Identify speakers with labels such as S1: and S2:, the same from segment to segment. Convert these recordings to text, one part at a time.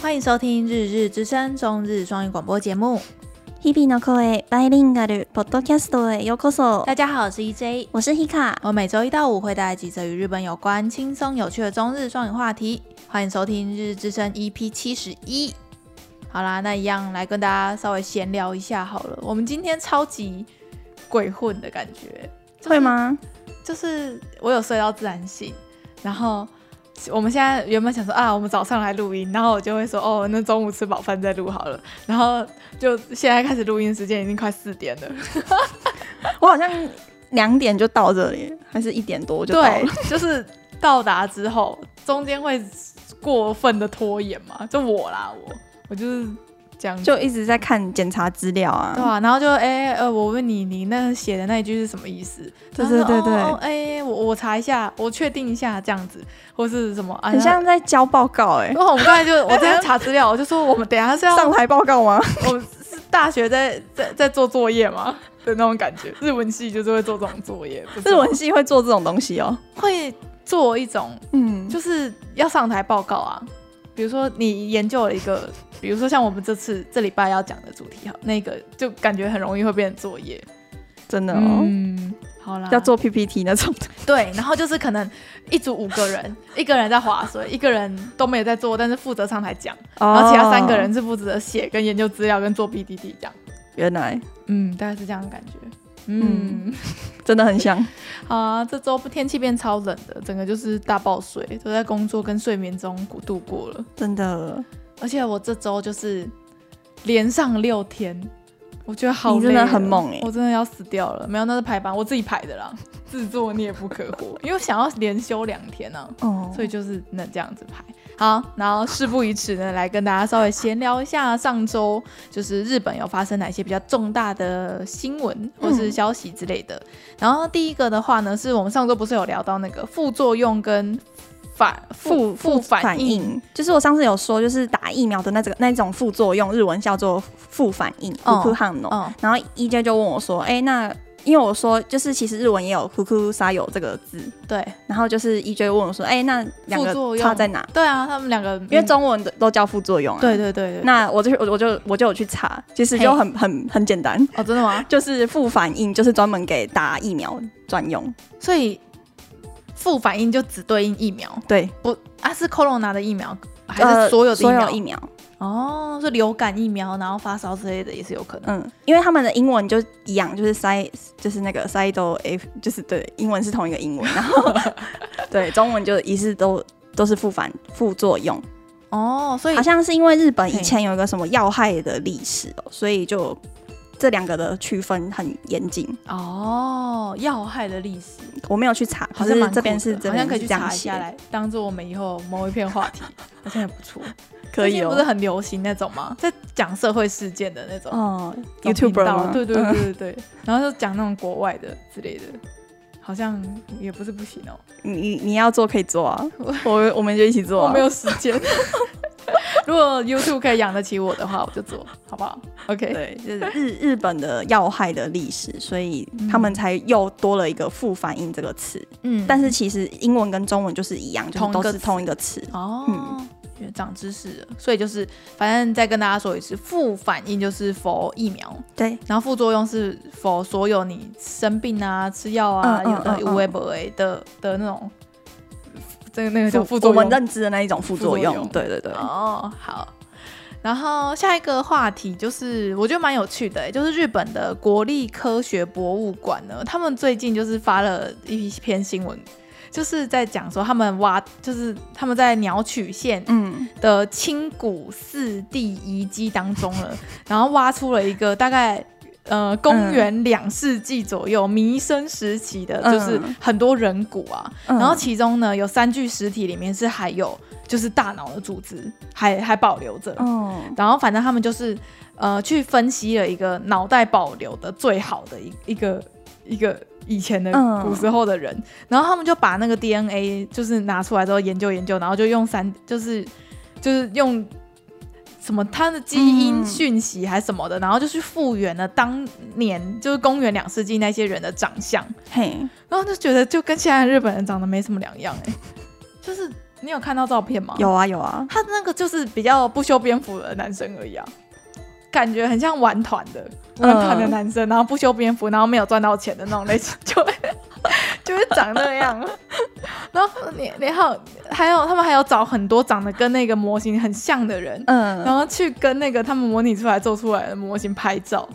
S1: 欢迎收听《日日之声》中日双语广播节目。
S2: 日々の声バイリンガルポッドキャストへようこそ。
S1: 大家好，我是 EJ，
S2: 我是 Hika，
S1: 我每周一到五会带来几则与日本有关、轻松有趣的中日双语话题。欢迎收听《日日之声》EP 七十一。好啦，那一样来跟大家稍微闲聊一下好了。我们今天超级鬼混的感觉，
S2: 会吗？
S1: 就是我有睡到自然醒，然后我们现在原本想说啊，我们早上来录音，然后我就会说哦，那中午吃饱饭再录好了，然后就现在开始录音，时间已经快四点 了，
S2: 我好像两点就到这里，还是一点多就到了
S1: 对。，就是到达之后中间会过分的拖延嘛，就我啦，我我就是这样子，
S2: 就一直在看检查资料啊。
S1: 对啊，然后就哎、呃，我问你，你那写的那一句是什么意思？
S2: 对
S1: 然后说
S2: 对对对
S1: 哦哦哎、我我查一下，我确定一下这样子，或是什么啊？
S2: 很像在交报告哎、
S1: 然后。因为我们刚才就我在查资料，我就说我们等一下是要
S2: 上台报告 吗？
S1: 我们是大学在在在做作业嘛 的那种感觉。日文系就是会做这种作业，不知
S2: 日
S1: 道
S2: 文系会做这种东西哦、
S1: 会做一种
S2: 嗯，
S1: 就
S2: 就
S1: 是要上台报告啊。比如说你研究了一个，比如说像我们这次这礼拜要讲的主题哈，那个就感觉很容易会变成作业。
S2: 真的哦、
S1: 嗯，好啦，
S2: 要做 PPT 那种。
S1: 对，然后就是可能一组五个 人，一个人在划水，一个人都没有在做，但是负责上台讲，然后其他三个人
S2: 哦，
S1: 是负责写跟研究资料跟做 PPT 这样。
S2: 原来
S1: 嗯，大概是这样的感觉。嗯，
S2: 真的很像。
S1: 好啊，这周天气变超冷的，整个就是大爆睡，都在工作跟睡眠中度过了。
S2: 真的，
S1: 而且我这周就是连上六天，我觉得好累
S2: 你
S1: 了，
S2: 真的很猛欸
S1: 我真的要死掉了。没有，那是排班，我自己排的啦，自作孽不可活，因为我想要连休两天啊呢、
S2: 哦
S1: 所以就是能这样子排。好，然后事不宜迟呢，来跟大家稍微闲聊一下上周就是日本有发生哪些比较重大的新闻或是消息之类的。
S2: 嗯
S1: 然后第一个的话呢，是我们上周不是有聊到那个副作用跟反副副反应。
S2: 就是我上次有说，就是打疫苗的那这个那种副作用，日文叫做副反应
S1: 哦
S2: （kuku h a n
S1: 嗯，
S2: 然后 EJ 就问我说：“哎、那因为我说就是其实日文也有 “kuku sa 有这个字，
S1: 对
S2: 然后就是 EJ 问我说：‘哎、那两
S1: 副作
S2: 个
S1: 用
S2: 差在哪
S1: 对啊，他们两个？’
S2: 因为中文的都叫副作用啊。
S1: 对对对对，
S2: 那我就我我就我就有去查，其实就很很很简单，
S1: 哦真的吗？
S2: 就是副反应就是专门给打疫苗专用。
S1: 所以副反应就只对应疫苗，
S2: 对，
S1: 不啊是 corona 的疫苗还
S2: 呃
S1: 是所有的疫
S2: 所
S1: 苗？
S2: 有疫苗，
S1: 哦，是流感疫苗，然后发烧之类的也是有可能。
S2: 嗯，因为他们的英文就一样，就是 side 就是那个 side o f 就是对，英文是同一个英文，然后 对中文就一是都都是副反副作用，
S1: 哦，所以
S2: 好像是因为日本
S1: 嘿
S2: 以前有一个什么要害的历史哦，所以就这两个的区分很严谨。
S1: 哦，要害的历史
S2: 我没有去查，
S1: 好
S2: 可
S1: 像
S2: 是
S1: 蛮酷的
S2: 这边是这
S1: 好像
S2: 边
S1: 可以
S2: 是
S1: 去
S2: 这样
S1: 查一
S2: 写
S1: 下，来，当做我们以后某一篇话 题，好像也不错。
S2: 可
S1: 最
S2: 以
S1: 近不是
S2: 哦。
S1: 很流行那种吗？在讲社会事件的那种。
S2: 哦
S1: 找频
S2: ，YouTuber
S1: 道啊
S2: 吗？
S1: 对对对
S2: 嗯
S1: 对 对，然后就讲那种国外的之类的，好像也不是不行哦。
S2: 你嗯你你要做可以做啊，我我们就一起做、
S1: 我
S2: 啊。
S1: 没有时间。 如果 YouTube 可以养得起我的话，我就做好不好？OK，
S2: 对，就是日日本的要害的历史，所以他们才又多了一个副反应这个词。
S1: 嗯
S2: 但是其实英文跟中文就是一样，就
S1: 同
S2: 是
S1: 一
S2: 都
S1: 个
S2: 是
S1: 词
S2: 同一个词。
S1: 哦，
S2: 嗯
S1: 因为长知识了，所以就是反正再跟大家说一次，副反应就是否疫苗，
S2: 对，
S1: 然后副作用是否所有你生病啊、吃药啊、
S2: 嗯嗯
S1: 有的
S2: 嗯
S1: 有
S2: 嗯
S1: 为不为的的那种，这个那个叫副
S2: 副
S1: 作
S2: 我
S1: 用
S2: 们。认知的那一种副作
S1: 副
S2: 用。
S1: 作用
S2: 对对对，
S1: 哦，好。然后下一个话题就是，我觉得蛮有趣的欸，就是日本的国立科学博物馆呢，他们最近就是发了一篇新闻，就是在讲说他们挖，就是他们在鸟取县
S2: 嗯，
S1: 的清古四地遗迹当中了，然后挖出了一个大概。呃，公元两世纪左右，弥生时期的，
S2: 嗯
S1: 就是很多人骨啊，
S2: 嗯
S1: 然后其中呢有三具尸体里面是还有就是大脑的组织还还保留着，
S2: 哦，
S1: 然后反正他们就是呃去分析了一个脑袋保留的最好的一一个一个以前的
S2: 嗯
S1: 古时候的人，然后他们就把那个 DNA 就是拿出来之后研究研究，然后就用三就是就是用。什么他的基因
S2: 嗯
S1: 讯息还是什么的，然后就去复原了当年就是公元两世纪那些人的长相，
S2: 嘿，
S1: 欸然后就觉得就跟现在日本人长得没什么两样哎、就是你有看到照片吗？，
S2: 有啊有啊，
S1: 他那个就是比较不修边幅的男生而已啊，感觉很像玩团的玩团的男生，然后不修边幅，然后没有赚到钱的那种类型，就会 就会长那样。然后你你还有还有他们还有找很多长得跟那个模型很像的人，
S2: 嗯，
S1: 然后去跟那个他们模拟出来做出来的模型拍照，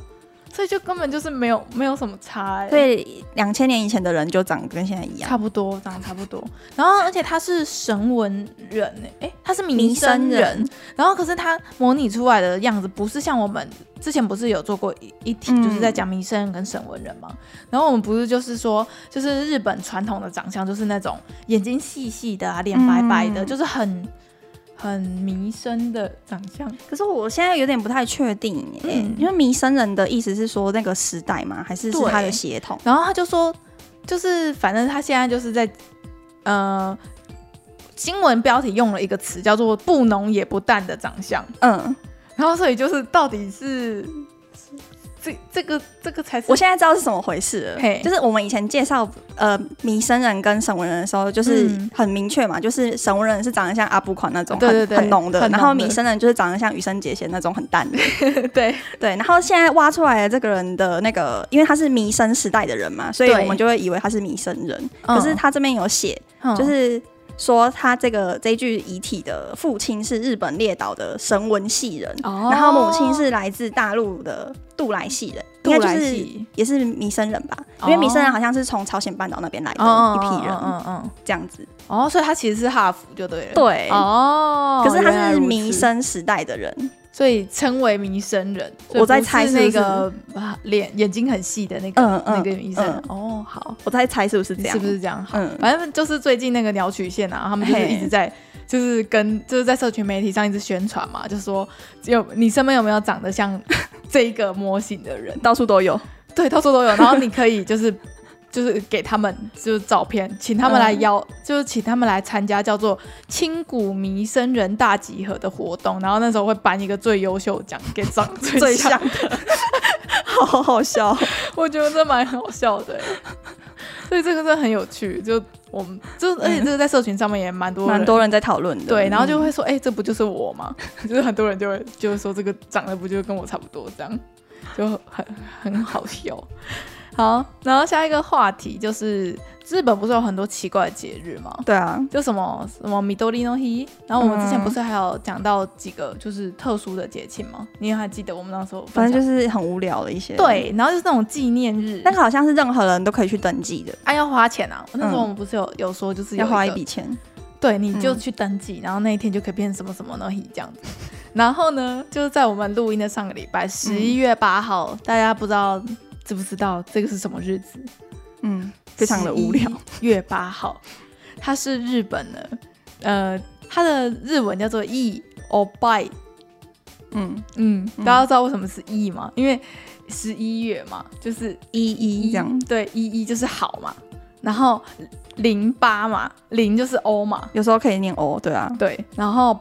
S1: 所以就根本就是没有没有什么差、欸。
S2: 所以两千年以前的人就长得跟现在一样，
S1: 差不多，长得差不多。然后，而且他是神文人、欸，哎、他是
S2: 弥
S1: 弥
S2: 生
S1: 生人。
S2: 人
S1: 然后，可是他模拟出来的样子，不是像我们之前不是有做过一一题，
S2: 嗯
S1: 就是在讲弥生人跟神文人嘛。然后我们不是就是说，就是日本传统的长相，就是那种眼睛细细的啊，脸白白的，
S2: 嗯
S1: 就是很很弥生的长相。
S2: 可是我现在有点不太确定耶、
S1: 嗯
S2: 因为弥生人的意思是说那个时代吗？还是是
S1: 对
S2: 他的血统？
S1: 然后他就说，就是反正他现在就是在，呃，新闻标题用了一个词叫做“不浓也不淡”的长相，
S2: 嗯，
S1: 然后所以就是到底是这这个这个才是
S2: 我现在知道是怎么回事了
S1: 嘿。
S2: 就是我们以前介绍呃弥生人跟沈文人的时候，就是
S1: 嗯
S2: 很明确嘛，就是沈文人是长得像阿布款那种
S1: 对
S2: 很
S1: 对对
S2: 很浓的，
S1: 很浓
S2: 然后
S1: 的
S2: 弥生人就是长得像羽生结弦那种很 淡的。
S1: 对
S2: 对，然后现在挖出来的这个人的那个，因为他是弥生时代的人嘛，所以
S1: 对
S2: 我们就会以为他是弥生人。
S1: 嗯
S2: 可是他这边有写，
S1: 嗯
S2: 就是说他这个这具遗体的父亲是日本列岛的神文系人，
S1: 哦
S2: 然后母亲是来自大陆的杜来系人，
S1: 杜
S2: 应该
S1: 来
S2: 就是
S1: 系
S2: 也是弥生人吧？
S1: 哦
S2: 因为弥生人好像是从朝鲜半岛那边来的
S1: 哦
S2: 一批
S1: 嗯
S2: 人，
S1: 嗯嗯嗯，
S2: 这样子。
S1: 哦，所以他其实是哈佛就对了，
S2: 对
S1: 哦，
S2: 可是
S1: 原
S2: 他
S1: 来
S2: 是
S1: 如此
S2: 弥，生时代的人，
S1: 所以称为弥生人。所以
S2: 我在
S1: 不是
S2: 猜是不
S1: 那
S2: 是
S1: 个啊脸眼睛很细的那个
S2: 嗯嗯
S1: 那个医生
S2: 嗯。
S1: 哦，好，
S2: 我在猜是不是这样？
S1: 是不是这样？好。
S2: 嗯，
S1: 反正就是最近那个鸟取县啊，他们就是一直在，就是跟就是在社群媒体上一直宣传嘛，就说有你身边有没有长得 像这一个模型的人？
S2: 到处都有。
S1: 对，到处都有。然后你可以就是 就是给他们就是照片，请他们来邀，
S2: 嗯
S1: 就是请他们来参加叫做“青谷弥生人大集合”的活动。然后那时候会颁一个最优秀奖给长
S2: 最
S1: 最
S2: 像
S1: 像，
S2: 的，好好笑哦。
S1: 我觉得这蛮好笑的欸。所以这个真的很有趣，就我们就而且这个在社群上面也蛮多
S2: 蛮
S1: 人
S2: 多人在讨论的。
S1: 对，然后就
S2: 嗯
S1: 会说，哎、这不就是我吗？ 就是很多人就会就会说，这个长得不就跟我差不多这样，就很很好笑。好，然后下一个话题就是日本不是有很多奇怪的节日吗？
S2: 对啊，
S1: 就什么什么米多利诺希，然后我们之前
S2: 嗯
S1: 不是还有讲到几个就是特殊的节庆吗？你还记得我们那时候
S2: 反正
S1: 是
S2: 就是很无聊的一些。，
S1: 对，然后就是那种纪念日，
S2: 那个好像是任何人都可以去登记的，
S1: 啊要花钱啊！那时候
S2: 嗯
S1: 我们不是有有说就是有
S2: 要花一
S1: 个
S2: 笔钱。
S1: 对，你就
S2: 嗯
S1: 去登记，然后那一天就可以变成什么什么东西这样子。然后呢，就是在我们录音的上个礼
S2: 嗯
S1: 拜，十一月八号，大家不知道知不知道这个是什么日子？
S2: 嗯，非常的无聊。。
S1: 月八号，它是日本的，呃，它的日文叫做 E or by，
S2: 嗯，
S1: 嗯，
S2: 嗯
S1: 大家知道为什么是 E 吗？因为十一月嘛，就是
S2: 一一这样，
S1: 对，一一就是好嘛，然后零八嘛，零就是 O 嘛，
S2: 有时候可以念哦，对啊，
S1: 对，然后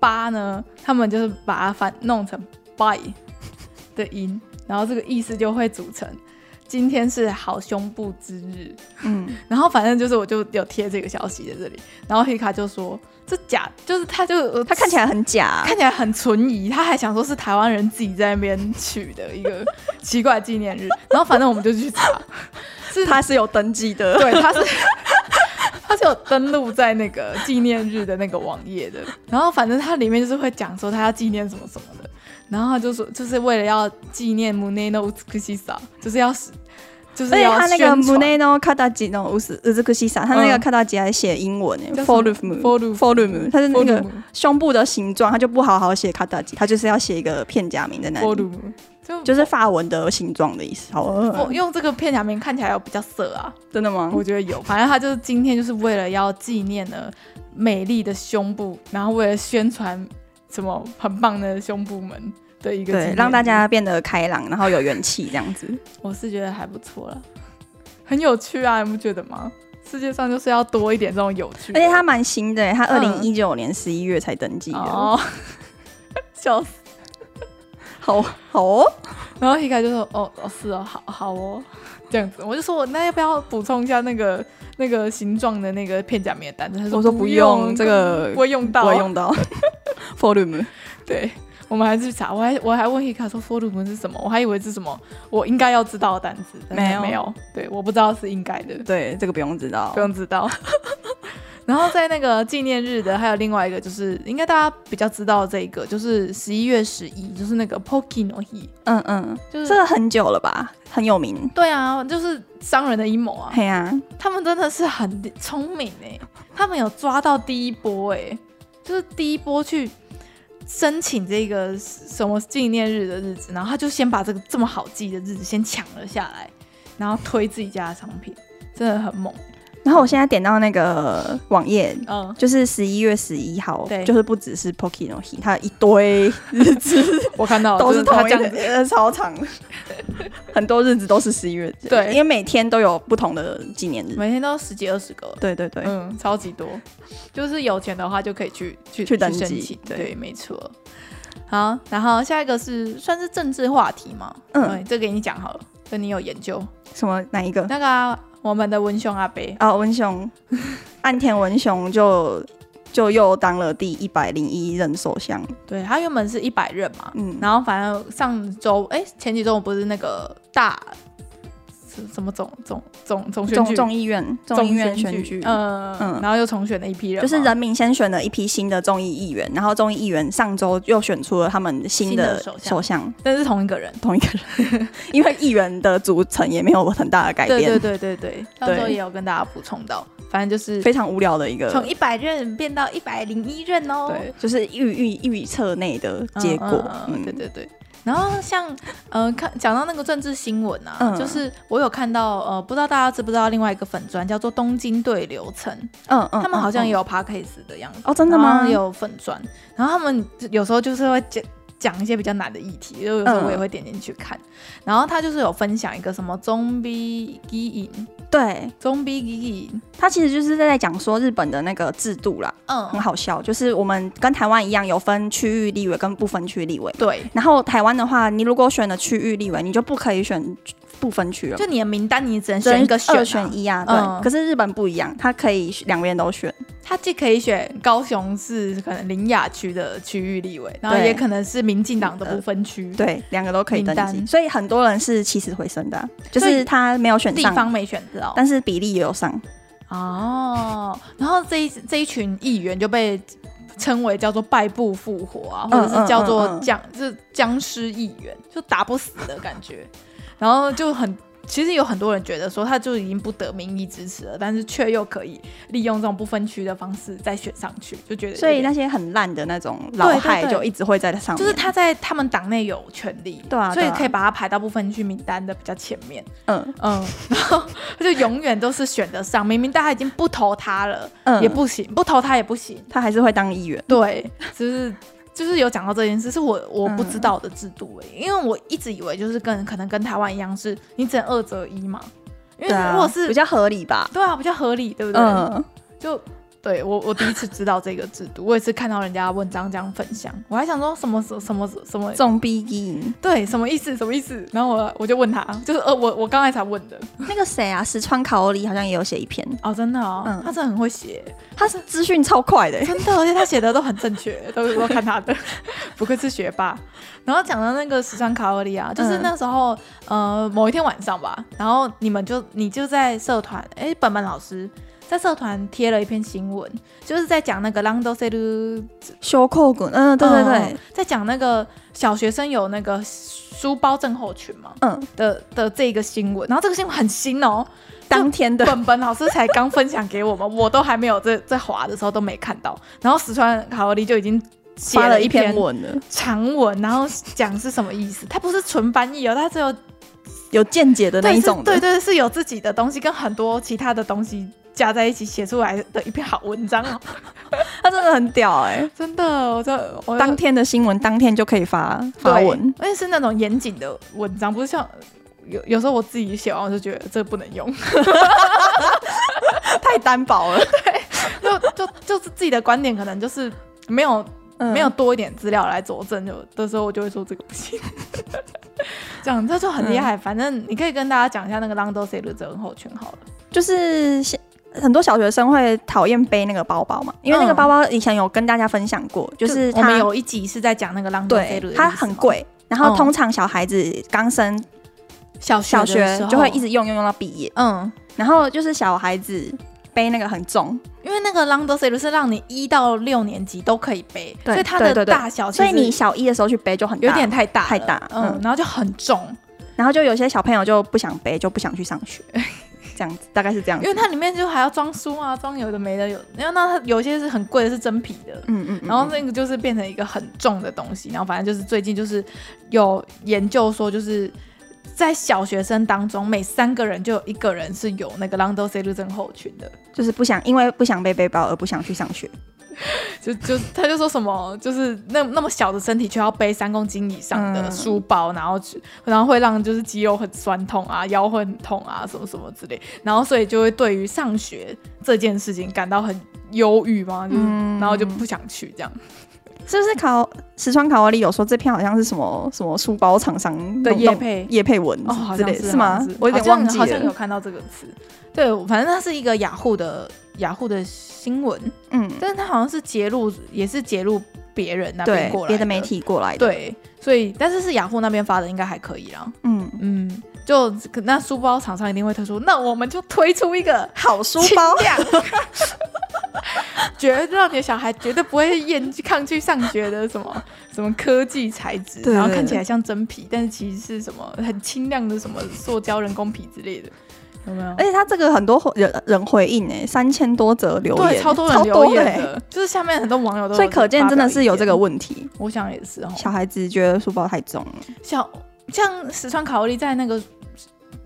S1: 八呢，他们就是把它翻弄成 by 的音，然后这个意思就会组成今天是好胸部之日。
S2: 嗯，
S1: 然后反正就是我就有贴这个消息在这里，然后 Hika 就说这假，就是他就
S2: 他看起
S1: 来。
S2: 来很假，啊
S1: 看起来很存疑，他还想说是台湾人自己在那边取的一个 奇怪纪念日，然后反正我们就去查，是
S2: 他是有登记的。
S1: 对，他是他是有登录在那个纪念日的那个网页的，然后反正它里面就是会讲说他要纪念什么什么的，然后他就说就是为了要纪念 Muneno Utsukushisa，就是要是就是
S2: 而且
S1: 要
S2: 他那个
S1: 宣传
S2: Muneno Kadajino 乌斯乌兹克西萨，他那个
S1: 嗯
S2: Kadaji 还写英文欸
S1: 叫
S2: f o
S1: 什
S2: l u
S1: 么
S2: m
S1: Volume
S2: f o l u m 他是那个
S1: Volume
S2: 胸部的形状，他就不好好写 Kadaji，他就是要写一个片假名在那里，
S1: Volume 就
S2: 嗯就是法文的形状的意思。好
S1: 我
S2: 恶，
S1: 用这个片假名看起来有比较色啊，
S2: 真的吗？
S1: 我觉得有，反正他就是今天就是为了要纪念呢美丽的胸部，然后为了宣传什么很棒的胸部们的一个纪
S2: 对，
S1: 念
S2: 让大
S1: 日
S2: 家变得开朗，然后有元气这样子。
S1: 我是觉得还不错了，很有趣啊，你不觉得吗？世界上就是要多一点这种有趣
S2: 而
S1: 的，
S2: 且它蛮新的耶，它二
S1: 嗯
S2: 零一九年十一
S1: 哦
S2: 月才登记的，
S1: 哦，笑死！
S2: 好好哦。
S1: 然后 Hika 就说：“哦，哦是哦，好好哦，这样子。”我就说：“我那要不要补充一下那个那个形状的那个片假名的单子？”他
S2: 我
S1: 说
S2: 说不
S1: 用
S2: 用，这个
S1: 不会用到，
S2: 不会用到 volume。
S1: 对，我们还去查，我还我还问 Hika 说 “forum” 是什么，我还以为是什么我应该要知道的单词，但是
S2: 没有
S1: 没有，对，我不知道是应该的，
S2: 对，这个不用知道
S1: 不。用知道。 然后在那个纪念日的，还有另外一个就是，应该大家比较知道这个，就是十一月十一，就是那个 Pokino He，
S2: 嗯嗯，
S1: 就是
S2: 这个很久了吧，很有名。
S1: 对啊，就是商人的阴谋啊，
S2: 嘿呀、啊，
S1: 他们真的是很聪明哎、他们有抓到第一波哎、就是第一波去申请这个什么纪念日的日子，然后他就先把这个这么好记的日子先抢了下来，然后推自己家的商品，真的很猛。
S2: 然后我现在点到那个网页，
S1: 嗯，
S2: 就是十一月十一号
S1: 对，
S2: 就是不只是 Pokino He，它有一堆日子
S1: 我看到
S2: 都
S1: 哦就是是他这
S2: 同一
S1: 样子，
S2: 个 超长，很多日子都是十一月。
S1: 对
S2: 因为每天都有不同的纪念日。
S1: 每天都十几二十个，
S2: 对对对，
S1: 嗯，超级多，就是有钱的话就可以去去
S2: 去登
S1: 申
S2: 记
S1: 请，
S2: 对
S1: 对，没错。好，然后下一个是算是政治话题嘛，
S2: 嗯
S1: 哎这给你讲好了，这你有研究。
S2: 什么哪一个？
S1: 那个啊、我们的文雄阿伯，
S2: 啊，文雄，岸田文雄就就又当了第一百零一任首相。
S1: 对他原本是一百任嘛，
S2: 嗯，
S1: 然后反正上周哎、前几周我不是那个大是什么总总总总选
S2: 众
S1: 举
S2: 众议院众议院选举，
S1: 嗯嗯
S2: 嗯，
S1: 然后又重选了一批人嘛，
S2: 就是人民先选了一批新的众议议员，然后众议议员上周又选出了他们新
S1: 新
S2: 的
S1: 的首相
S2: 首相，
S1: 但是同一个人。
S2: 同一个人，因为议员的组成也没有很大的改变，
S1: 对对对对对，上周
S2: 对
S1: 也有跟大家补充到，反正就是
S2: 非常无聊的一个，
S1: 从一百任变到一百零一任哦。
S2: 对，就是预预预测内的结果，
S1: 嗯，
S2: 嗯，
S1: 对对对。然后像呃，看讲到那个政治新闻啊，
S2: 嗯
S1: 就是我有看到呃，不知道大家知不知道另外一个粉砖叫做东京对流程，
S2: 嗯嗯，
S1: 他们好像
S2: 嗯
S1: 也有 podcast 的样子
S2: 哦，真的吗
S1: 然后？也有粉砖，然后他们有时候就是会讲讲一些比较难的议题，就有时候
S2: 嗯
S1: 我也会点进去看。然后他就是有分享一个什么中 B 基影，
S2: 对，
S1: 中 B 基影，
S2: 他其实就是在讲说日本的那个制度啦，很
S1: 嗯，
S2: 好笑，就是我们跟台湾一样有分区域立委跟不分区立委。
S1: 对，
S2: 然后台湾的话，你如果选了区域立委，你就不可以选不分区了嘛，
S1: 就你的名单你只能
S2: 只能
S1: 选一个选、啊，
S2: 二选一啊。对，
S1: 嗯
S2: 可是日本不一样，它可以两边都选。
S1: 他既可以选高雄市可能林雅区的区域立委，然后
S2: 对
S1: 也可能是民进党的不分区，，
S2: 对，两个都可以登
S1: 名
S2: 记，
S1: 单
S2: 所以很多人是起死回生的啊、就
S1: 所以
S2: 是他没有选
S1: 地
S2: 上，
S1: 方没选到。
S2: 但是比例也有上。
S1: 哦，然后这一这一群议员就被称为叫做败部复活啊，或者
S2: 嗯
S1: 是
S2: 嗯
S1: 叫做
S2: 嗯嗯
S1: 僵，就是僵尸议员，就打不死的感觉。然后就很，其实有很多人觉得说他就已经不得民意支持了，但是却又可以利用这种不分区的方式再选上去，就觉得有
S2: 所以
S1: 点
S2: 那些很烂的那种老
S1: 对对
S2: 害
S1: 对
S2: 就一直会在上面。
S1: 就是他在他们党内有权利，
S2: 对啊
S1: 所以
S2: 对啊
S1: 可以把他排到不分区名单的比较前面，
S2: 嗯
S1: 嗯， 然后他就永远都是选得上，明明大家已经不投他了，
S2: 嗯，
S1: 也不行，不投他也不行，
S2: 他还是会当议员。
S1: 对，就是。就是有讲到这件事，是我我
S2: 嗯
S1: 不知道的制度诶、因为我一直以为就是跟可能跟台湾一样是，你只能二择一嘛，因为
S2: 对啊，
S1: 如果是
S2: 比较合理吧。
S1: 对啊比较合理，对不对？
S2: 嗯，
S1: 就对我我第一次知道这个制度，我也是看到人家文章这样分享，我还想说什么什么什么什么
S2: 重 B 赢。
S1: 对，什么意思？什么意思？然后我我就问他，就是呃，我我刚才才问的
S2: 那个谁啊，石川考里好像也有写一篇，
S1: 哦，真的哦，
S2: 嗯
S1: 他真的很会写，
S2: 他是资讯超快的、欸。
S1: 真的，而且哦他写的都很正确，都都看他的， 不愧是学霸。然后讲到那个石川卡奥利啊，就是
S2: 嗯
S1: 那时候、呃某一天晚上吧，然后你们就你就在社团，哎，本本老师。在社团贴了一篇新闻，就是在讲那个朗多塞鲁
S2: 修扣滚，嗯，对对对，，
S1: 在讲那个小学生有那个书包症候群嘛
S2: 嗯，
S1: 的的这个新闻，然后这个新闻很新哦，
S2: 当天的，
S1: 本本老师才刚分享给我们，我都还没有在在滑的时候都没看到，然后石川卡罗里就已经写
S2: 发了一
S1: 篇
S2: 篇文了，
S1: 长文，然后讲是什么意思，他不是纯翻译哦，他只有
S2: 有见解的那
S1: 对
S2: 一
S1: 是
S2: 种
S1: 对
S2: 的，
S1: 对是有自己的东西跟很多其他的东西加在一起写出来的一篇好文章哦，
S2: 他真的很屌哎，
S1: 真的，我这我
S2: 当天的新闻当天就可以发发文，，
S1: 呃 对而且是那种严谨的文章，不是像。有有时候我自己写完，我就觉得这不能用，
S2: 太单薄了，
S1: 就就就是自己的观点可能就是没有
S2: 嗯
S1: 没有多一点资料来佐证就的时候，我就会说这个不行。这样这就很厉害。反正你可以跟大家讲一下那个 l a n d o s e 的责任后圈好了。
S2: 就是现很多小学生会讨厌背那个包包嘛，因为那个
S1: 嗯
S2: 包包以前有跟大家分享过，就是
S1: 我们
S2: 它
S1: 有一集是在讲那个 l a n d o s e
S2: 对
S1: 的，
S2: 它很，贵。然
S1: 嗯
S2: 后通常小孩子刚升
S1: 小
S2: 小
S1: 学的
S2: 学
S1: 时候
S2: 就会一直用用用到毕业，
S1: 嗯。
S2: 然后就是小孩子背那个很重，
S1: 因为那个 l a n d o s e 是让你一到六年级都可以背，
S2: 对
S1: 所以它
S2: 对
S1: 的
S2: 对对
S1: 大哦小其
S2: 所
S1: 实
S2: 以你小一的时候去背就很大
S1: 有点，太大了
S2: 太大
S1: 嗯，
S2: 嗯
S1: 然后就很重，
S2: 然后就有些小朋友就不想背，就不想去上 学，这样子大概是这样
S1: 因
S2: 子。
S1: 为它里面就还要装书啊，装有的没的有，然后那它有些是很贵的，是真皮的。
S2: 嗯嗯嗯
S1: 然后那个就是变成一个很重的东西，然后反正就是最近就是有研究说，就是在小学生当中，每三个人就有一个人是有那个 l a n d o s e 症候群的，
S2: 就是不想，因为不想背背包而不想去上学。
S1: 就就他就说什么，就是那那么小的身体却要背三公斤以上的
S2: 嗯
S1: 书包，然后去然后会让就是肌肉很酸痛啊，腰会很痛啊，什么什么之类，然后所以就会对于上学这件事情感到很忧郁嘛，就是、
S2: 嗯
S1: 嗯然后就不想去这样
S2: 是不是考石川考里有说这篇好像是什么什么书包厂商
S1: 的
S2: 弄
S1: 业配
S2: 弄叶配文
S1: 哦，好
S2: 之
S1: 像
S2: 类
S1: 是
S2: 是吗
S1: 好像是？
S2: 我有点
S1: 好像
S2: 忘记
S1: 好像有
S2: 了。
S1: 看到这个词，对，反正它是一个雅虎的雅虎的新闻，
S2: 嗯，
S1: 但是它好像是截录，也是截录别人那边
S2: 对
S1: 过，来
S2: 别的媒体过来的。，
S1: 对，所以但是是雅虎那边发的，应该还可以啦。
S2: 嗯，
S1: 嗯，就那书包厂商一定会推出，那我们就推出一个
S2: 好书
S1: 轻
S2: 包，
S1: 量，绝让你的小孩绝对不会厌抗拒上学的什么 什么科技材质，
S2: 对
S1: 然后看起来像真皮，但是其实是什么很轻量的什么塑胶人工皮之类的，有没有？
S2: 而且他这个很多人人回应哎，三千多则留言，欸
S1: 对，超多人留言
S2: 的
S1: 的，就是下面很多网友都有
S2: 所以可见真的是有这个
S1: 发表
S2: 问题。
S1: 意见，我想也是哦。
S2: 小孩子觉得书包太重了，
S1: 小像石川考利在那个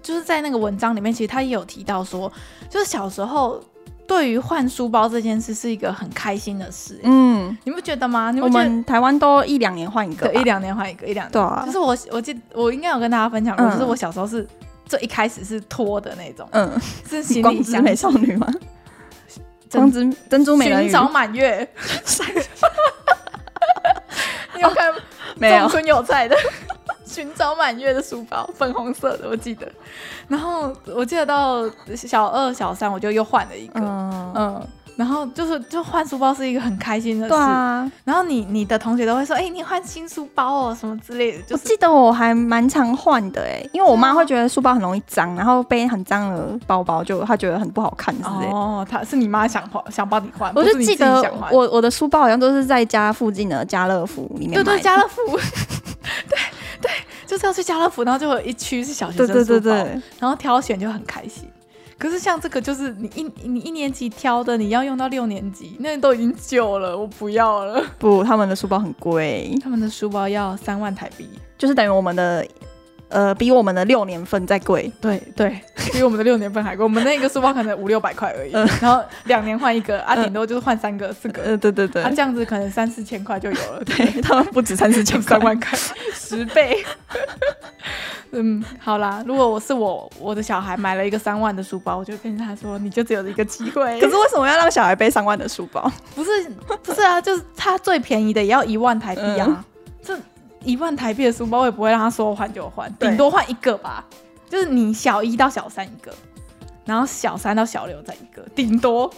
S1: 就是在那个文章里面，其实他也有提到说，就是小时候对于换书包这件事是一个很开心的事，
S2: 嗯，
S1: 你不觉得吗？你
S2: 我
S1: 不觉得？
S2: 们台湾都一两年换一个吧，
S1: 对，一两年换一个，一两
S2: 对
S1: 年。
S2: 啊
S1: 就，是我，我记，我应该有跟大家分享过，
S2: 嗯
S1: 就是我小时候是最一开始是拖的那种，
S2: 嗯，
S1: 是行
S2: 光
S1: 李
S2: 之
S1: 箱
S2: 美少女吗？
S1: 珍
S2: 光之珍珠美人
S1: 寻
S2: 鱼
S1: 找满 月。你有看
S2: 没有
S1: 中？村有菜的 寻找满月的书包，粉红色的，我记得。然后我记得到小二、小三，我就又换了一个，嗯
S2: 嗯，
S1: 然后就是就换书包是一个很开心的事。
S2: 对啊，
S1: 然后你你的同学都会说，哎、你换新书包哦，什么之类的，就
S2: 我
S1: 是
S2: 记得我还蛮常换的哎、因为我妈会觉得书包很容易脏，然后背很脏的包包就她觉得很不好看之类的。
S1: 哦，他是你妈想换，想帮你换，不
S2: 我
S1: 是
S2: 就
S1: 你
S2: 记
S1: 自己
S2: 得
S1: 想换
S2: 我我的书包好像都是在家附近的家乐福里
S1: 对
S2: 面买的。
S1: 对，家乐福， 对对，就是要去家乐福，然后就有一区是小学生
S2: 对
S1: 书包，
S2: 对对对，
S1: 然后挑选就很开心。可是像这个，就是你一你一年级挑的，你要用到六年级，那都已经旧了，我不要了。
S2: 不，他们的书包很贵，
S1: 他们的书包要三万台币，
S2: 就是等于我们的呃比我们的六年份再贵。
S1: 对对，比我们的六年份还贵。我们那个书包可能五六百块而已，然后两年换一个，啊，
S2: 嗯
S1: 顶多就是换三个、四个，
S2: 呃，对对对
S1: 啊，，这样子可能三四千块就有了。
S2: 对 他们不止三四千
S1: 就
S2: 块
S1: 三，万块， 十倍。 嗯，好啦，如果我是我我的小孩买了一个三万的书包，我就跟他说，你就只有一个机会。
S2: 可是为什么要让小孩背三万的书包？
S1: 不是不是啊，就是他最便宜的也要一万台币啊，这一万台币的书包我也不会让他说换就换，
S2: 对
S1: 顶多换一个吧，就是你小一到小三一个，然后小三到小六再一个，顶多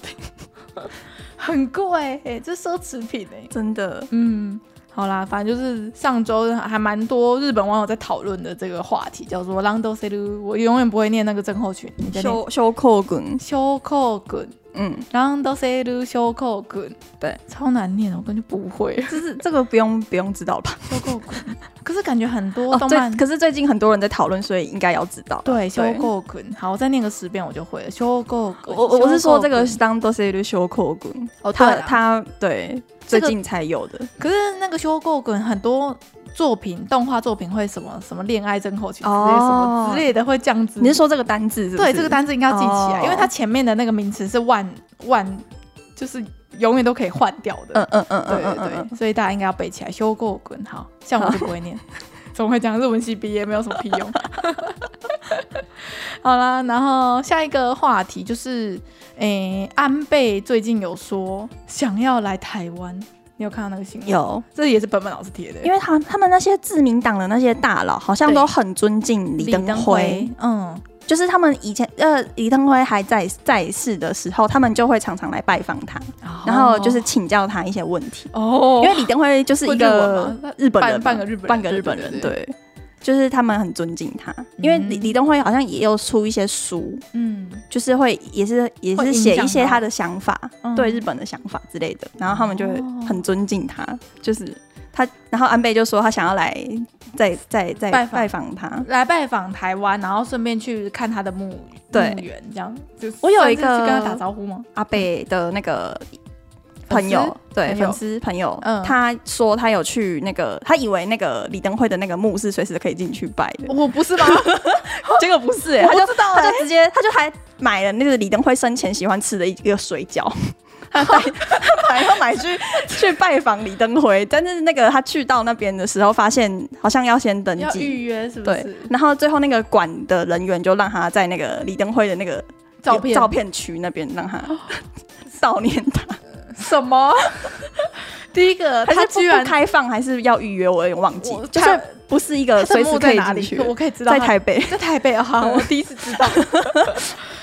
S1: 很贵、欸，这奢侈品哎、
S2: 真的，
S1: 嗯，好啦，反正就是上周还蛮多日本网友在讨论的这个话题，叫做 “lando s e r 我永远不会念那个症候群，你在念
S2: 修修扣滚，
S1: 修扣滚
S2: 嗯，
S1: lando s e r 修扣滚，
S2: 对，
S1: 超难念的，我根本就不会
S2: 就是这个不用不用知道吧？
S1: 修扣滚。 可是感觉很多
S2: 哦，
S1: 动
S2: 最
S1: 漫、
S2: 可是最近很多人在讨论，所以应该要知道。
S1: 对修
S2: 对
S1: 扣滚，好，我再念个十遍我就会了。修扣滚，
S2: 我我我是说这个
S1: 修
S2: 是当 d o s e r 修扣滚，
S1: 扣滚哦，
S2: 他
S1: 对啦
S2: 他对最
S1: 这个嗯
S2: 近才有的
S1: 可是那个修够滚很多作品，动画作品会什么什么恋爱症候群之类、什么
S2: 哦
S1: 之类的，会这样子。
S2: 你是说这个单字是不是？
S1: 对，这个单字应该要记起来，
S2: 哦
S1: 因为它前面的那个名词是万万，就是永远都可以换掉
S2: 嗯
S1: 的。
S2: 嗯嗯
S1: 对
S2: 嗯
S1: 对
S2: 嗯
S1: 对，
S2: 嗯，嗯
S1: 所以大家应该要背起来。修过滚好，像我就不会 念，怎么会讲日文系毕业没有什么屁用。 好啦，然后下一个话题就是，诶、安倍最近有说想要来台湾，你有看到那个新闻？，
S2: 有，
S1: 这也是本本老师贴的。
S2: 因为他他们那些自民党的那些大佬好像
S1: 对
S2: 都很尊敬李登辉，，
S1: 嗯，
S2: 就是他们以前呃李登辉还在在世的时候，他们就会常常来拜访他，然后就是请教他一些问题。
S1: 哦，
S2: 因为李登辉就是一个
S1: 会
S2: 日本人嘛，
S1: 半半个日本人
S2: 半个日本人，
S1: 对对
S2: 对，就是他们很尊敬他，因为李
S1: 嗯
S2: 李登辉好像也有出一些书，
S1: 嗯，
S2: 就是会也是也
S1: 会
S2: 是
S1: 影
S2: 写
S1: 响
S2: 一些
S1: 到
S2: 他的想法，
S1: 嗯
S2: 对日本的想法之类的，然后他们就会
S1: 哦
S2: 很尊敬他，就是他，然后安倍就说他想要来再再再
S1: 拜访
S2: 拜访他。
S1: 来拜访台湾，然后顺便去看他的墓
S2: 对
S1: 墓园，这样。就是
S2: 我有一个
S1: 算是去跟他打招呼吗？
S2: 阿贝的那个
S1: 粉丝
S2: 朋友，对
S1: 朋友
S2: 粉丝朋友，
S1: 嗯
S2: 他说他有去那个，他以为那个李登辉的那个墓是随时可以进去拜的，
S1: 我不是 吧？
S2: 结果不是、欸，
S1: 我
S2: 他就
S1: 不知道
S2: 他
S1: 哎
S2: 就，直接他就还买了那个李登辉生前喜欢吃的一个水饺。他 带他本来要买去去拜访李登辉，但是那个他去到那边的时候，发现好像要先登
S1: 要
S2: 记，
S1: 预约是不
S2: 对
S1: 是？。
S2: 然后最后那个馆的人员就让他在那个李登辉的那个
S1: 照片
S2: 照片区那边让他 悼念他，
S1: 什 么？第一个，
S2: 还
S1: 他
S2: 是不
S1: 居然
S2: 不开放，还是要预约？我有点忘记
S1: 我，
S2: 就
S1: 他
S2: 是不是一个
S1: 他的
S2: 呃随时
S1: 墓
S2: 可
S1: 在
S2: 以
S1: 哪
S2: 进
S1: 里
S2: 去？
S1: 我，可以知道
S2: 在
S1: 他
S2: 台北。
S1: 在台北啊，好我第一次知道。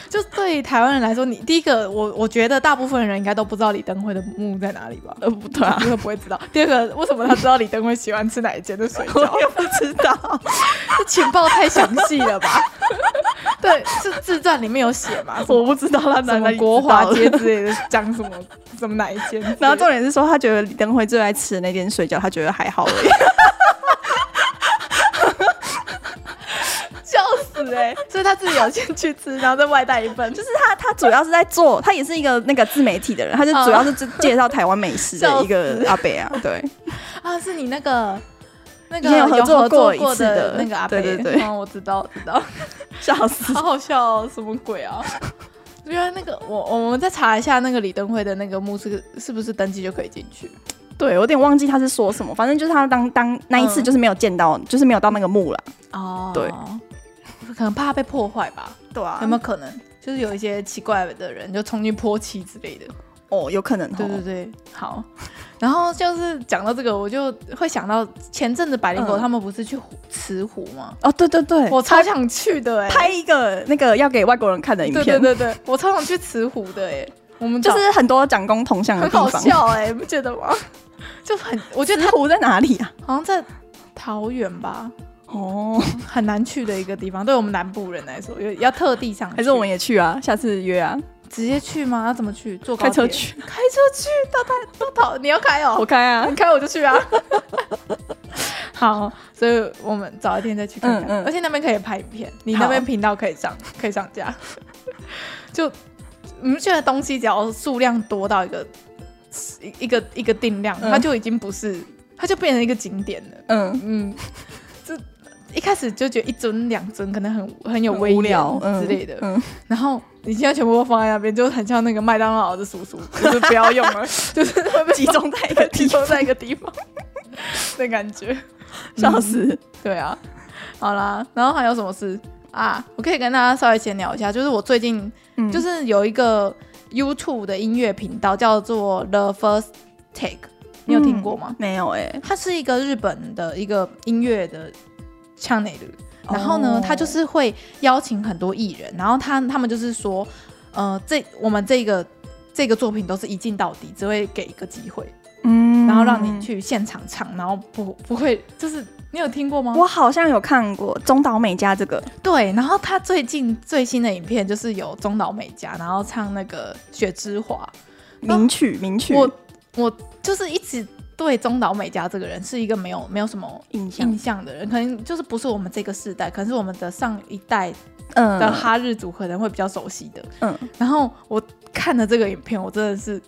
S1: 就对台湾人来说，你第一个，我我觉得大部分人应该都不知道李登辉的墓在哪里吧？
S2: 呃，不对啊，
S1: 因为不会知道。第二个，为什么他知道李登辉喜欢吃哪一间的水
S2: 我
S1: 饺？
S2: 也不知 道。
S1: 这情报太详细了吧？ 对，是自传里面有写嘛？什么
S2: 我不知道他
S1: 什
S2: 哪哪
S1: 么
S2: 里
S1: 国
S2: 知道
S1: 华
S2: 的
S1: 街之类的，讲 什么什么哪一间？
S2: 然后重点是说，他觉得李登辉最爱吃的那间水饺，他觉得还好 而已。
S1: 笑死哎、所以他自己有先去吃，然后再外带一份，就
S2: 就是是他，他主要是在做，他也是一个那个自媒体的人，他就主要是介绍台湾美 食的一个阿伯啊，对，
S1: 啊，是你那个。那
S2: 以前
S1: 个
S2: 有合
S1: 过
S2: 作过一次的
S1: 的那个阿伯，
S2: 对对对
S1: 嗯，我知道，知道，
S2: 笑死。
S1: 好好 笑哦，什么鬼啊？ 原来那个我我们再查一下那个李登辉的那个墓是是不是登记就可以进去？
S2: 对，我有点忘记他是说什么，反正就是他当当那一次就是没有见
S1: 嗯
S2: 到，就是没有到那个墓了。
S1: 哦，
S2: 对，
S1: 可能怕它被破坏吧？
S2: 对啊
S1: 有没有可能？就是有一些奇怪的人就冲进泼漆之类的。
S2: 哦，有可能
S1: 对对
S2: 哦。
S1: 对，好。 然后就是讲到这个，我就会想到前阵子百灵狗
S2: 嗯
S1: 他们不是去湖慈湖吗？
S2: 哦，对对对，
S1: 我超想去的哎、
S2: 拍一个那个要给外国人看的影
S1: 对
S2: 片，
S1: 对对对，我超想去慈湖的哎、我们
S2: 就
S1: 找
S2: 是很多蒋公铜像的
S1: 很
S2: 地
S1: 好
S2: 方。
S1: 笑哎、不觉得吗？ 就很，我觉得
S2: 石湖在哪里啊？
S1: 好像在桃园吧，
S2: 哦，
S1: 很难去的一个地方，对我们南部人来说，有要特地上去，
S2: 还是我们也去啊？下次约啊，
S1: 直接去吗？要怎么去？坐高
S2: 开车
S1: 铁
S2: 去，
S1: 开车去到台到桃，你要开
S2: 我
S1: 哦，
S2: 开啊。
S1: 你开我就去啊。 好，所以我们早一天再去看看，
S2: 嗯嗯
S1: 而且那边可以拍影片，你那边
S2: 好
S1: 频道可以上，可以上架。就你们觉得东西只要数量多到一个一一个一个定量，
S2: 嗯
S1: 它就已经不是，它就变成一个景点了。
S2: 嗯，
S1: 嗯，这一开始就觉得一尊两尊可能很很有
S2: 很
S1: 威
S2: 无
S1: 严
S2: 聊嗯
S1: 之类的，
S2: 嗯
S1: 然后你现在全部都放在那边，就很像那个麦当劳的叔叔，就是不要用 了，就是会被
S2: 集中在一个
S1: 集
S2: 地
S1: 中
S2: 方，
S1: 在一个地方 的感觉。
S2: 笑死。
S1: 对啊，好啦，然后还有什么事啊？我可以跟大家稍微闲聊一下，就是我最近、
S2: 嗯
S1: 就是有一个 YouTube 的音乐频道叫做 The First Take，你有听过吗？
S2: 没有哎、
S1: 它是一个日本的一个音乐的腔内的，然后呢，
S2: 哦
S1: 他就是会邀请很多艺人，然后他他们就是说，呃，这我们这个这个作品都是一镜到底，只会给一个机会，
S2: 嗯
S1: 然后让你。去现场唱，然后不不会就是你有听过吗？
S2: 我好像有看过中岛美嘉这个，
S1: 对，然后他最近最新的影片就是有中岛美嘉，然后唱那个《雪之华》，
S2: 名曲名曲，
S1: 我我就是一直对中岛美嘉这个人是一个没有没有什么
S2: 印
S1: 印象的人，可能就是不是我们这个世代，可能是我们的上一代
S2: 嗯
S1: 的哈日族可能会比较熟悉的。
S2: 嗯，
S1: 然后我看了这个影片，我真的是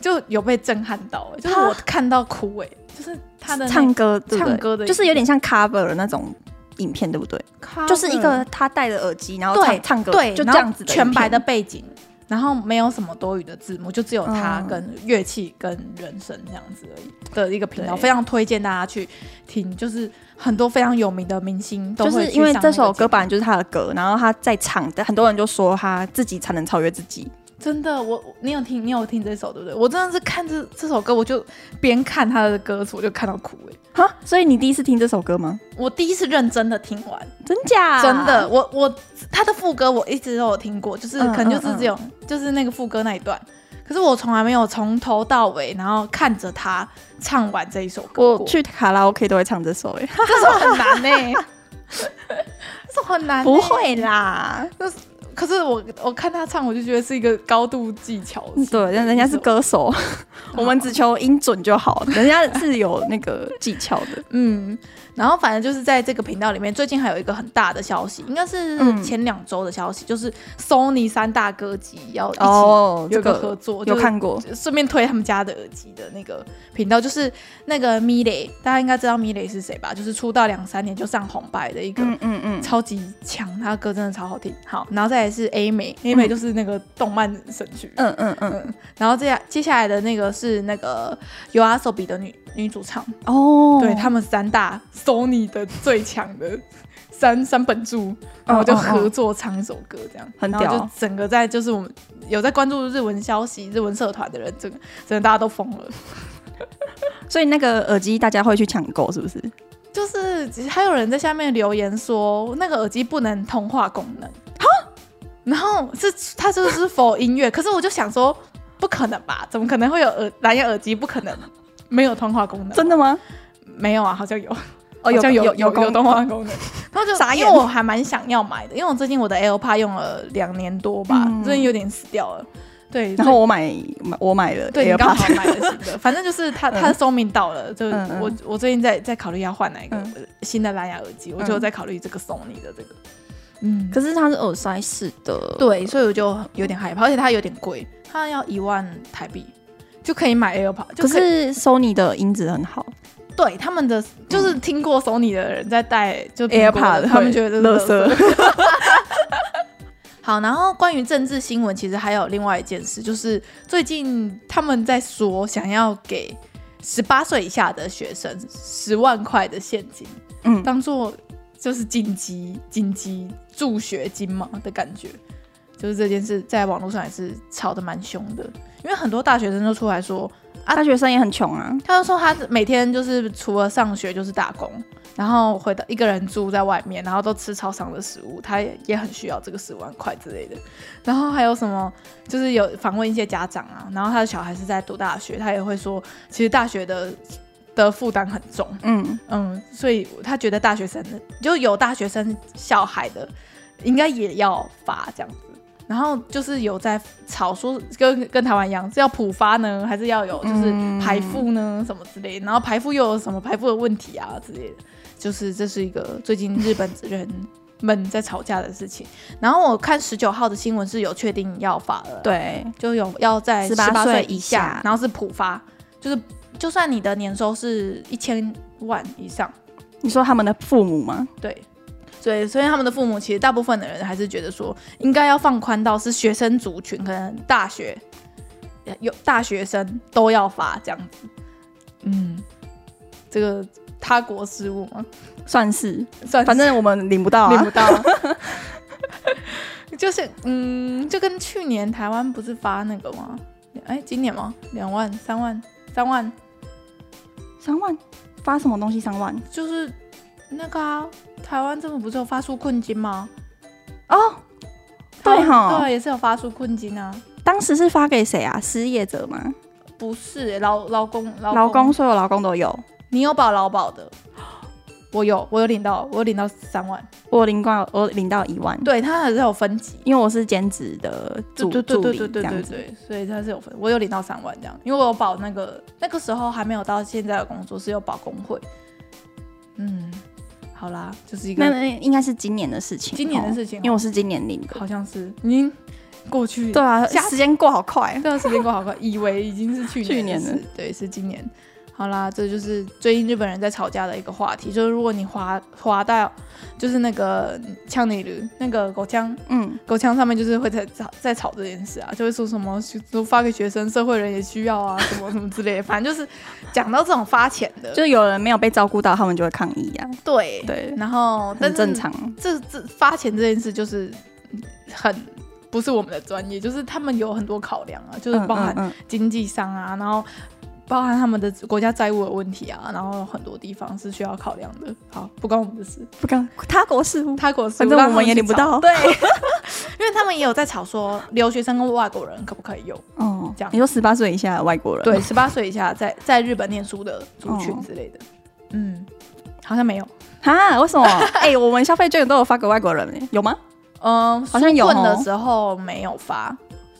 S1: 就有被震撼到、欸就是
S2: 他
S1: 我看到哭哎、欸就是他的那
S2: 唱歌对不对
S1: 唱歌的
S2: 就是有点像 cover 的那种影片，对不对？
S1: cover
S2: 就是一个他戴着耳机，然后
S1: 对
S2: 唱唱歌，
S1: 对，
S2: 就
S1: 然后
S2: 这样子的
S1: 全白的
S2: 影片
S1: 背景。然后没有什么多余的字幕，就只有他
S2: 嗯
S1: 跟乐器跟人声这样子而已的一个频道，
S2: 对
S1: 非常推荐大家去听。就是很多非常有名的明星都
S2: 就
S1: 会
S2: 是
S1: 去
S2: 因为
S1: 上
S2: 这
S1: 那个
S2: 首
S1: 节目
S2: 歌本来就是他的歌，然后他在唱，但很多人就说他自己才能超越自己，
S1: 真的，我我你有听你有听这首对不对？我真的是看这这首歌，我就边看他的歌词，我就看到哭哎、
S2: 哈，所以你第一次听这首歌吗？
S1: 我第一次认真的听完，
S2: 真假？
S1: 真的，我我他的副歌我一直都有听过，就是
S2: 嗯
S1: 可能就
S2: 嗯
S1: 是
S2: 嗯
S1: 这种，就是那个副歌那一段。可是我从来没有从头到尾，然后看着他唱完这一首歌过。
S2: 我去卡拉 OK 都会唱这首 欸诶、
S1: 这首很难呢、这首很难、欸
S2: 不，会啦，
S1: 可是我我看他唱，我就觉得是一个高度技巧性的一首。
S2: 对，人人家是 歌手，我们只求音准就好，人家是有那个技巧 的。
S1: 嗯，然后反正就是在这个频道里面，最近还有一个很大的消息，应该是
S2: 嗯
S1: 前两周的消息，就是 Sony 三大歌姬要一起
S2: 哦，
S1: 有
S2: 这
S1: 一个合
S2: 个
S1: 作，
S2: 有
S1: 就是
S2: 看过，
S1: 顺便推他们家的耳机的那个频道，就是那个 Miley，大家应该知道 Miley 是谁吧？就是出道两三年就上红白的一个，
S2: 嗯嗯嗯，
S1: 超级强，她的歌真的超好听。好，然后再来是 A 美，A 美就是那个动漫神曲。
S2: 嗯嗯嗯，
S1: 嗯，然后接下接下来的那个是那个 u a s o b i 的女女主唱，
S2: 哦，
S1: 对他们三大 Sony 的最强的 三三本柱，
S2: 哦
S1: 然后就
S2: 哦哦
S1: 合作唱一首歌，这样
S2: 很
S1: 然后就
S2: 屌
S1: 整个在就是我们有在关注日文消息、日文社团的人，整个整个大家都疯了。
S2: 所以那个耳机大家会去抢购，是不是？
S1: 就是还有人在下面留言说，那个耳机不能通话功能，然后是它就是 for 音乐，可是我就想说，不可能吧？怎么可能会有耳蓝牙耳机？不可能没有通话功能，
S2: 真的吗？
S1: 没有啊？好像有。
S2: 哦，
S1: 好像有
S2: 有
S1: 有有
S2: 动
S1: 动画功能，然后就
S2: 傻眼
S1: 因为我还蛮想要买的，因为我最近我的 AirPod 用了两年多吧，
S2: 嗯
S1: 最近有点死掉了。对，
S2: 然后我买买我买了，
S1: 所以对你刚好买了新 的，反正就是它它的寿命到了，就
S2: 嗯嗯
S1: 我我最近在在考虑要换哪一个
S2: 嗯
S1: 新的蓝牙耳机，我就在考虑这个 Sony 的这个，嗯，
S2: 可是它是耳塞式的，
S1: 对，所以我就有点害怕，而且它有点贵，它要一万台币。就可以买 AirPod，就
S2: 可
S1: 以
S2: 是 Sony 的音质很好
S1: 对他们的就是听过 Sony 的人在戴就苹果的
S2: 嗯，AirPod
S1: 他们觉得这是
S2: 乐
S1: 垃圾
S2: 色，
S1: 好，然后关于政治新闻，其实还有另外一件事，就是最近他们在说想要给十八岁以下的学生十万块的现金，
S2: 嗯
S1: 当做就是紧急紧急助学金嘛的感觉。就是这件事在网络上也是吵得蛮凶的，因为很多大学生都出来说，
S2: 大学生也很穷啊，
S1: 他就说他每天就是除了上学就是打工，然后回到一个人住在外面，然后都吃超商的食物，他也也很需要这个十万块之类的。然后还有什么，就是有访问一些家长啊，然后他的小孩是在读大学，他也会说，其实大学的的负担很重，
S2: 嗯，
S1: 嗯，所以他觉得大学生的就有大学生小孩的，应该也要发这样子。然后就是有在吵说跟跟台湾一样，是要普发呢，还是要有就是排富呢、什么之类的然后排富又有什么排富的问题啊之类的，就是这是一个最近日本人们在吵架的事情。然后我看十九号的新闻是有确定要发了，
S2: 对，
S1: 就有要在
S2: 18
S1: 18
S2: 岁
S1: 岁
S2: 以
S1: 以
S2: 下
S1: 下，然后是普发，就是就算你的年收是一千万以上，
S2: 你说他们的父母吗？
S1: 对，所以所以他们的父母其实大部分的人还是觉得说，应该要放宽到是学生族群，可能大学呃有大学生都要发这样子，嗯，这个他国事务嘛，
S2: 算是，
S1: 算是
S2: 反正我们领不到
S1: 领
S2: 啊
S1: 不，到、啊。 就是嗯，就跟去年台湾不是发那个吗？哎，今年吗？两万、三万、三万，
S2: 三万发什么东西？三万
S1: 就是那个啊，台湾政府不是有发出困金吗？
S2: 哦，对
S1: 台湾
S2: 吼
S1: 对，也是有发出困金啊。
S2: 当时是发给谁啊？失业者吗？
S1: 不是、欸、劳劳工
S2: 劳
S1: 劳
S2: 工，，所有劳工都有。
S1: 你有保劳保的？我有，我有领到，我有领到三万。
S2: 我领到我领到一万，
S1: 对，它还是有分级。
S2: 因为我是兼职的
S1: 对
S2: 助
S1: 对对
S2: 助
S1: 对
S2: 理
S1: 对
S2: 这
S1: 对
S2: 样
S1: 对
S2: 子。
S1: 对，所以它是有分，我有领到三万这样，因为我有保那个那个时候还没有到现在的工作是有保工会，嗯，好啦，就是一
S2: 那
S1: 个
S2: 那应该是今年的事情，
S1: 今年的
S2: 哦
S1: 事情哦
S2: 因为我是今年领的。
S1: 好像是已经过去，
S2: 对啊，
S1: 下
S2: 时间过好快啊
S1: 这。段时间过好快，以为已经是去
S2: 去
S1: 年
S2: 年
S1: 的
S2: 了
S1: 事，对，是今年。好啦，这就是最近日本人在吵架的一个话题，就是如果你滑滑到就是那个呛你驴那个狗枪
S2: 嗯，
S1: 狗枪上面就是会在吵在吵这件事啊，就会说什么都发给学生，社会人也需要啊，什么什么之类的，反正就是讲到这种发钱的，
S2: 就是有人没有被照顾到，他们就会抗议啊。
S1: 呃对
S2: 对，
S1: 然后但
S2: 很
S1: 是
S2: 正常。
S1: 这这发钱这件事就是嗯很不是我们的专业，就是他们有很多考量啊，就是
S2: 嗯
S1: 包含
S2: 嗯嗯
S1: 经济上啊，然后包含他们的国家债务的问题啊，然后很多地方是需要考量的。好，不关我们的事，
S2: 不干他国事务，
S1: 他国事
S2: 反正我们也领不到
S1: 对，因为他们也有在吵说留学生跟外国人可不可以用，
S2: 哦
S1: 这样
S2: 你说十八岁以下的外国人，
S1: 对，，十八岁以下在在日本念书的族群
S2: 哦
S1: 之类的，嗯，好像没有。
S2: 哈，为什么？ 哎、我们消费券都有发给外国人耶，有吗？
S1: 嗯，
S2: 好像有
S1: 纾困的
S2: 哦
S1: 时候没有发，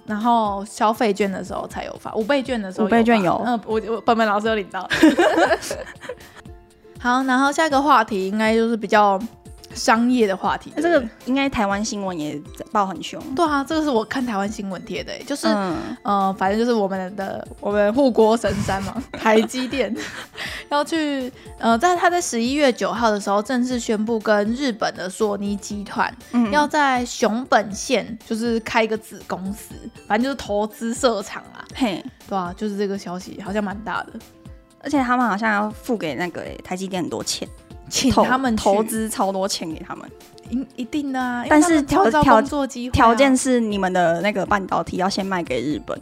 S1: 然后消费券的时候才有发，五倍券的时候
S2: 五倍券
S1: 发
S2: 有
S1: 嗯，我我本本老师有领 到。好，然后下一个话题应该就是比较商业的话题。
S2: 哎这
S1: 对不
S2: 个
S1: 对
S2: 应该台湾新闻也报很凶，
S1: 对啊，这个是我看台湾新闻贴的、欸就是、
S2: 嗯，
S1: 呃，反正就是我们的我们护国神山 嘛，台积电 要去呃，在他在十一月九号的时候正式宣布跟日本的索尼集团
S2: 嗯
S1: 要在熊本县就是开一个子公司，反正就是投资设厂啊，
S2: 嘿，
S1: 对啊，就是这个消息好像蛮大的，
S2: 而且他们好像要付给那个欸台积电很多钱，
S1: 请
S2: 投
S1: 他们去啊
S2: 投，资超多钱给他们，
S1: 一一定的啊，因为
S2: 但
S1: 他们
S2: 是条
S1: 创造
S2: 条
S1: 工作机会啊
S2: 条件，是你们的那个半导体要先卖给日本，。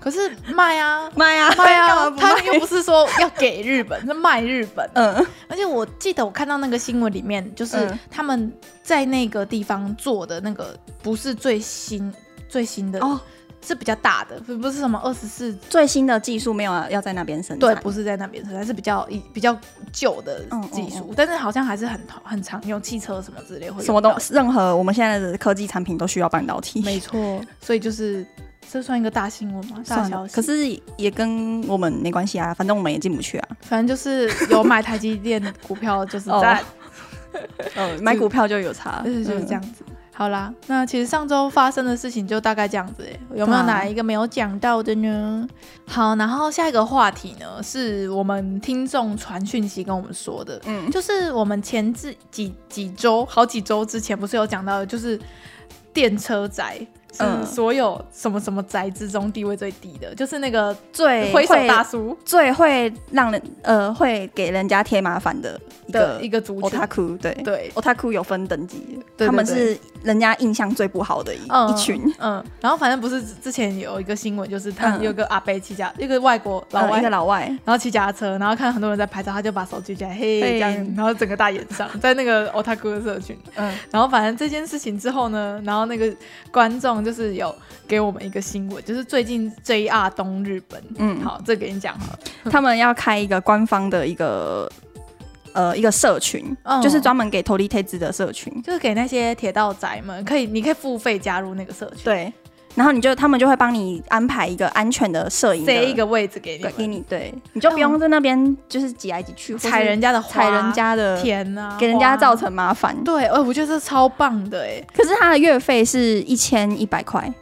S1: 可是卖啊
S2: 卖啊
S1: 卖
S2: 干嘛
S1: 啊，
S2: 不
S1: 他
S2: 卖
S1: 们？又不是说要给日本，是卖日本。
S2: 嗯，
S1: 而且我记得我看到那个新闻里面，就是
S2: 嗯
S1: 他们在那个地方做的那个不是最新最新的，
S2: 哦，
S1: 是比较大的，不不是什么二十四
S2: 最新的技术没有要在那边生产，
S1: 对，不是在那边生产，是比较一比较旧的
S2: 嗯
S1: 技
S2: 嗯
S1: 术，但是好像还是很常很常用汽车什么之类会
S2: 什么东
S1: 西，
S2: 任何我们现在的科技产品都需要半导体，
S1: 没错，所以就是这算一个大新闻吗？大
S2: 算
S1: 消
S2: 了，
S1: 息，
S2: 可是也跟我们没关系啊，反正我们也进不去啊。
S1: 反正就是有买台积电的股票，就是
S2: 哦
S1: 在，
S2: 嗯，买股票就有差，
S1: 就是就是这
S2: 嗯。
S1: 样子。好啦，那其实上周发生的事情就大概这样子、欸，有没有
S2: 对啊
S1: 哪一个没有讲到的呢？好，然后下一个话题呢，是我们听众传讯息跟我们说的，
S2: 嗯，
S1: 就是我们前几几几周，好几周之前不是有讲到，就是电车宅是
S2: 嗯
S1: 所有什么什么宅之中地位最低的，就是那个
S2: 最
S1: 挥手
S2: 哎会
S1: 大叔
S2: 最会让人呃会给人家添麻烦的一
S1: 的
S2: 个哦
S1: 一个族群。
S2: otaku，对
S1: 对，
S2: ，otaku 有分等级的，
S1: 对对
S2: 他们
S1: 对
S2: 是人家印象最不好的一
S1: 嗯
S2: 一群，
S1: 嗯，然后反正不是之前有一个新闻，就是他
S2: 嗯
S1: 有个阿伯骑脚，一个外国老
S2: 呃
S1: 外
S2: 一个。老外，
S1: 然后骑脚踏车，然后看很多人在拍照，他就把手举起来，嘿，
S2: 嘿
S1: 这样，然后整个大眼上，在那个 otaku 的社群，
S2: 嗯，
S1: 然后反正这件事情之后呢，然后那个观众就是有给我们一个新闻，就是最近 JR 东日本，
S2: 嗯
S1: 好，这给你讲好了，
S2: 他们要开一个官方的一个呃一个社群，
S1: 嗯
S2: 就是专门给投递贴子的社群，
S1: 就是给那些铁道宅们，可以，你可以付费加入那个社群，
S2: 对，然后你就他们就会帮你安排一个安全的摄影的
S1: 塞一个位置给你
S2: 对给
S1: 们，
S2: 你，对，你就不用在那边就是挤来挤去，或是
S1: 踩人家的花，
S2: 踩人家的，
S1: 田啊，
S2: 给人家
S1: 花
S2: 造。成麻烦。
S1: 对，哎、我觉得这超棒的哎，
S2: 可是他的月费是一千一百块，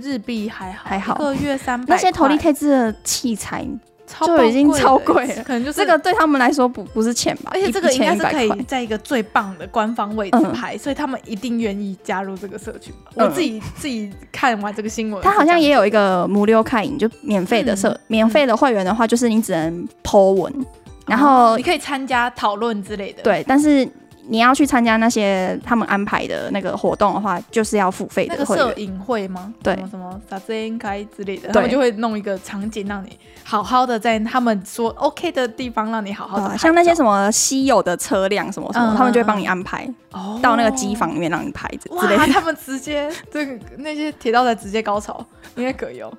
S1: 日币还好，
S2: 还好
S1: 一个月三百，
S2: 那些投递贴资的器材，
S1: 超
S2: 就
S1: 爆
S2: 已经
S1: 贵的
S2: 超
S1: 哎
S2: 贵了
S1: 可能就是
S2: 这个对他们来说不不是钱吧？
S1: 而且这个应该是可
S2: 1100
S1: 以
S2: 块
S1: 在一个最棒的官方位置拍，所以他们一定愿意加入这个社群。我
S2: 嗯
S1: 自己自己看完这个新闻，
S2: 他好像也有一个无料看影，就免费的社、
S1: 嗯
S2: 免费的会员的话，就是你只能 Po 文，然
S1: 哦
S2: 后、
S1: 你可以参加讨论之类的。，
S2: 对，但是你要去参加那些他们安排的那个活动的话，就是要付费
S1: 那
S2: 的
S1: 个
S2: 会
S1: 摄
S2: 员。
S1: 影会吗？
S2: 对
S1: 什么什么啥子应该之类的，
S2: 对
S1: 他们就会弄一个场景让你好好的在他们说 OK 的地方，让你好好
S2: 啊
S1: 的，
S2: 像那些什么稀有的车辆什么什么，
S1: 嗯
S2: 他们就会帮你安排
S1: 哦
S2: 到那个机。房里面让你拍之
S1: 哇
S2: 之类！的。
S1: 他们直接 这个那些铁道仔直接高潮，应该可以哦。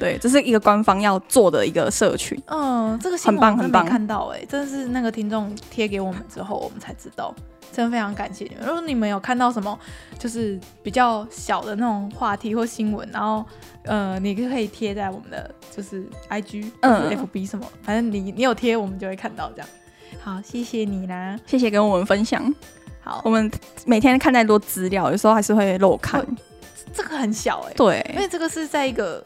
S2: 对，这是一个官方要做的一个社群。
S1: 嗯，这个新闻
S2: 很棒
S1: 我真
S2: 很
S1: 的没
S2: 棒
S1: 看到哎、真的是那个听众贴给我们之后，我们才知道，真的非常感谢你们。如果你们有看到什么就是比较小的那种话题或新闻，然后呃，你可以贴在我们的就是 IG、
S2: 嗯
S1: FB 什么，反正你你有贴，我们就会看到这样。好，谢谢你啦。
S2: 谢谢跟我们分享。
S1: 好
S2: 我，们每天看太多资料，有时候还是会漏看
S1: 会。这个很小哎、因
S2: 对，
S1: 为这个是在一个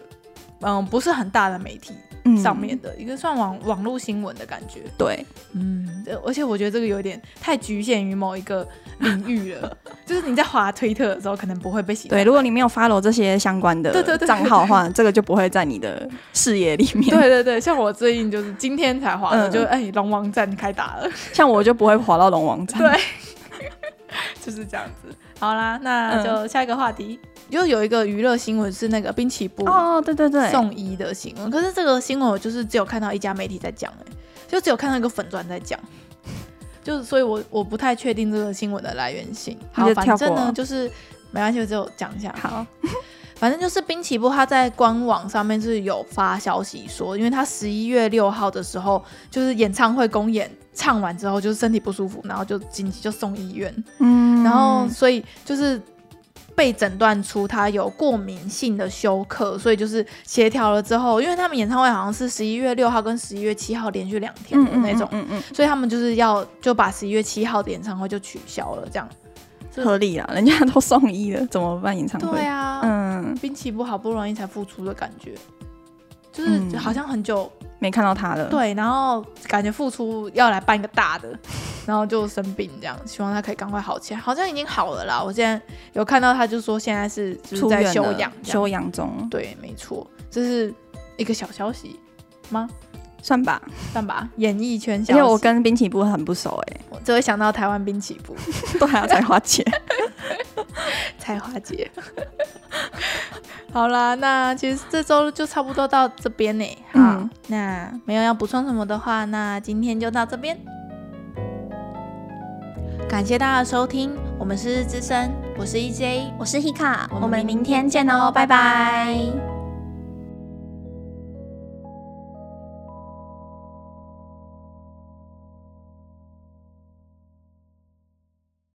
S1: 嗯、不是很大的媒体
S2: 嗯
S1: 上面的、一个算网网络新闻的感觉。
S2: 对，
S1: 嗯，呃而且我觉得这个有点太局限于某一个领域了， 就是你在滑推特的时候，可能不会被洗。
S2: 对，如果你没有 follow 这些相关的
S1: 对对对
S2: 账号的话，这个就不会在你的视野里面。
S1: 对对对，像我最近就是今天才滑的，
S2: 嗯
S1: 就哎龙王站开打了，
S2: 像我就不会滑到龙王站。
S1: 对，就是这样子。好啦，那
S2: 嗯
S1: 就下一个话题，又有一个娱乐新闻是那个滨崎步
S2: 哦，对对对，
S1: 送医的新闻，可是这个新闻我就是只有看到一家媒体在讲、欸，就只有看到一个粉钻在讲。就是，所以我我不太确定这个新闻的来源性。好，
S2: 你就跳
S1: 反
S2: 过
S1: 正呢，就是没关系，我只有讲一下。
S2: 好，
S1: 反正就是滨崎步他在官网上面是有发消息说，因为他十一月六号的时候，就是演唱会公演唱完之后，就是身体不舒服，然后就紧急就送医院，
S2: 嗯
S1: 然后所以就是。被诊断出他有过敏性的休克，所以就是协调了之后，因为他们演唱会好像是十一月六号跟十一月七号连续两天的那种，
S2: 嗯嗯
S1: 所以他们就是要就把十一月七号的演唱会就取消了，这样。
S2: 嗯，合理啦，人家都送医了，怎么办演唱会？
S1: 对啊，
S2: 嗯，
S1: 滨崎步好不容易才复出的感觉，就是
S2: 嗯
S1: 好像很久、
S2: 没看到他了，，
S1: 对，然后感觉复出要来办一个大的， 然后就生病这样，希望他可以赶快好起来。好像已经好了啦，我现在有看到他就说现在是就是
S2: 出
S1: 在
S2: 院
S1: 休
S2: 了
S1: 养，
S2: 休。养中，
S1: 对，没错，这是一个小消息吗？
S2: 算吧。
S1: 算吧，演艺圈消
S2: 而
S1: 息。
S2: 且我跟滨崎步很不熟哎、
S1: 我只会想到台湾滨崎步。
S2: 对啊，才花姐，
S1: 菜花节。 好啦，那其实这周就差不多到这边呢。好，
S2: 嗯
S1: 那没有要补充什么的话，那今天就到这边。感谢大家的收听， 我们是日之声，我是 E EJ，
S2: 我是 Hika，
S1: 我们明
S2: 天见
S1: 哦拜拜
S2: 拜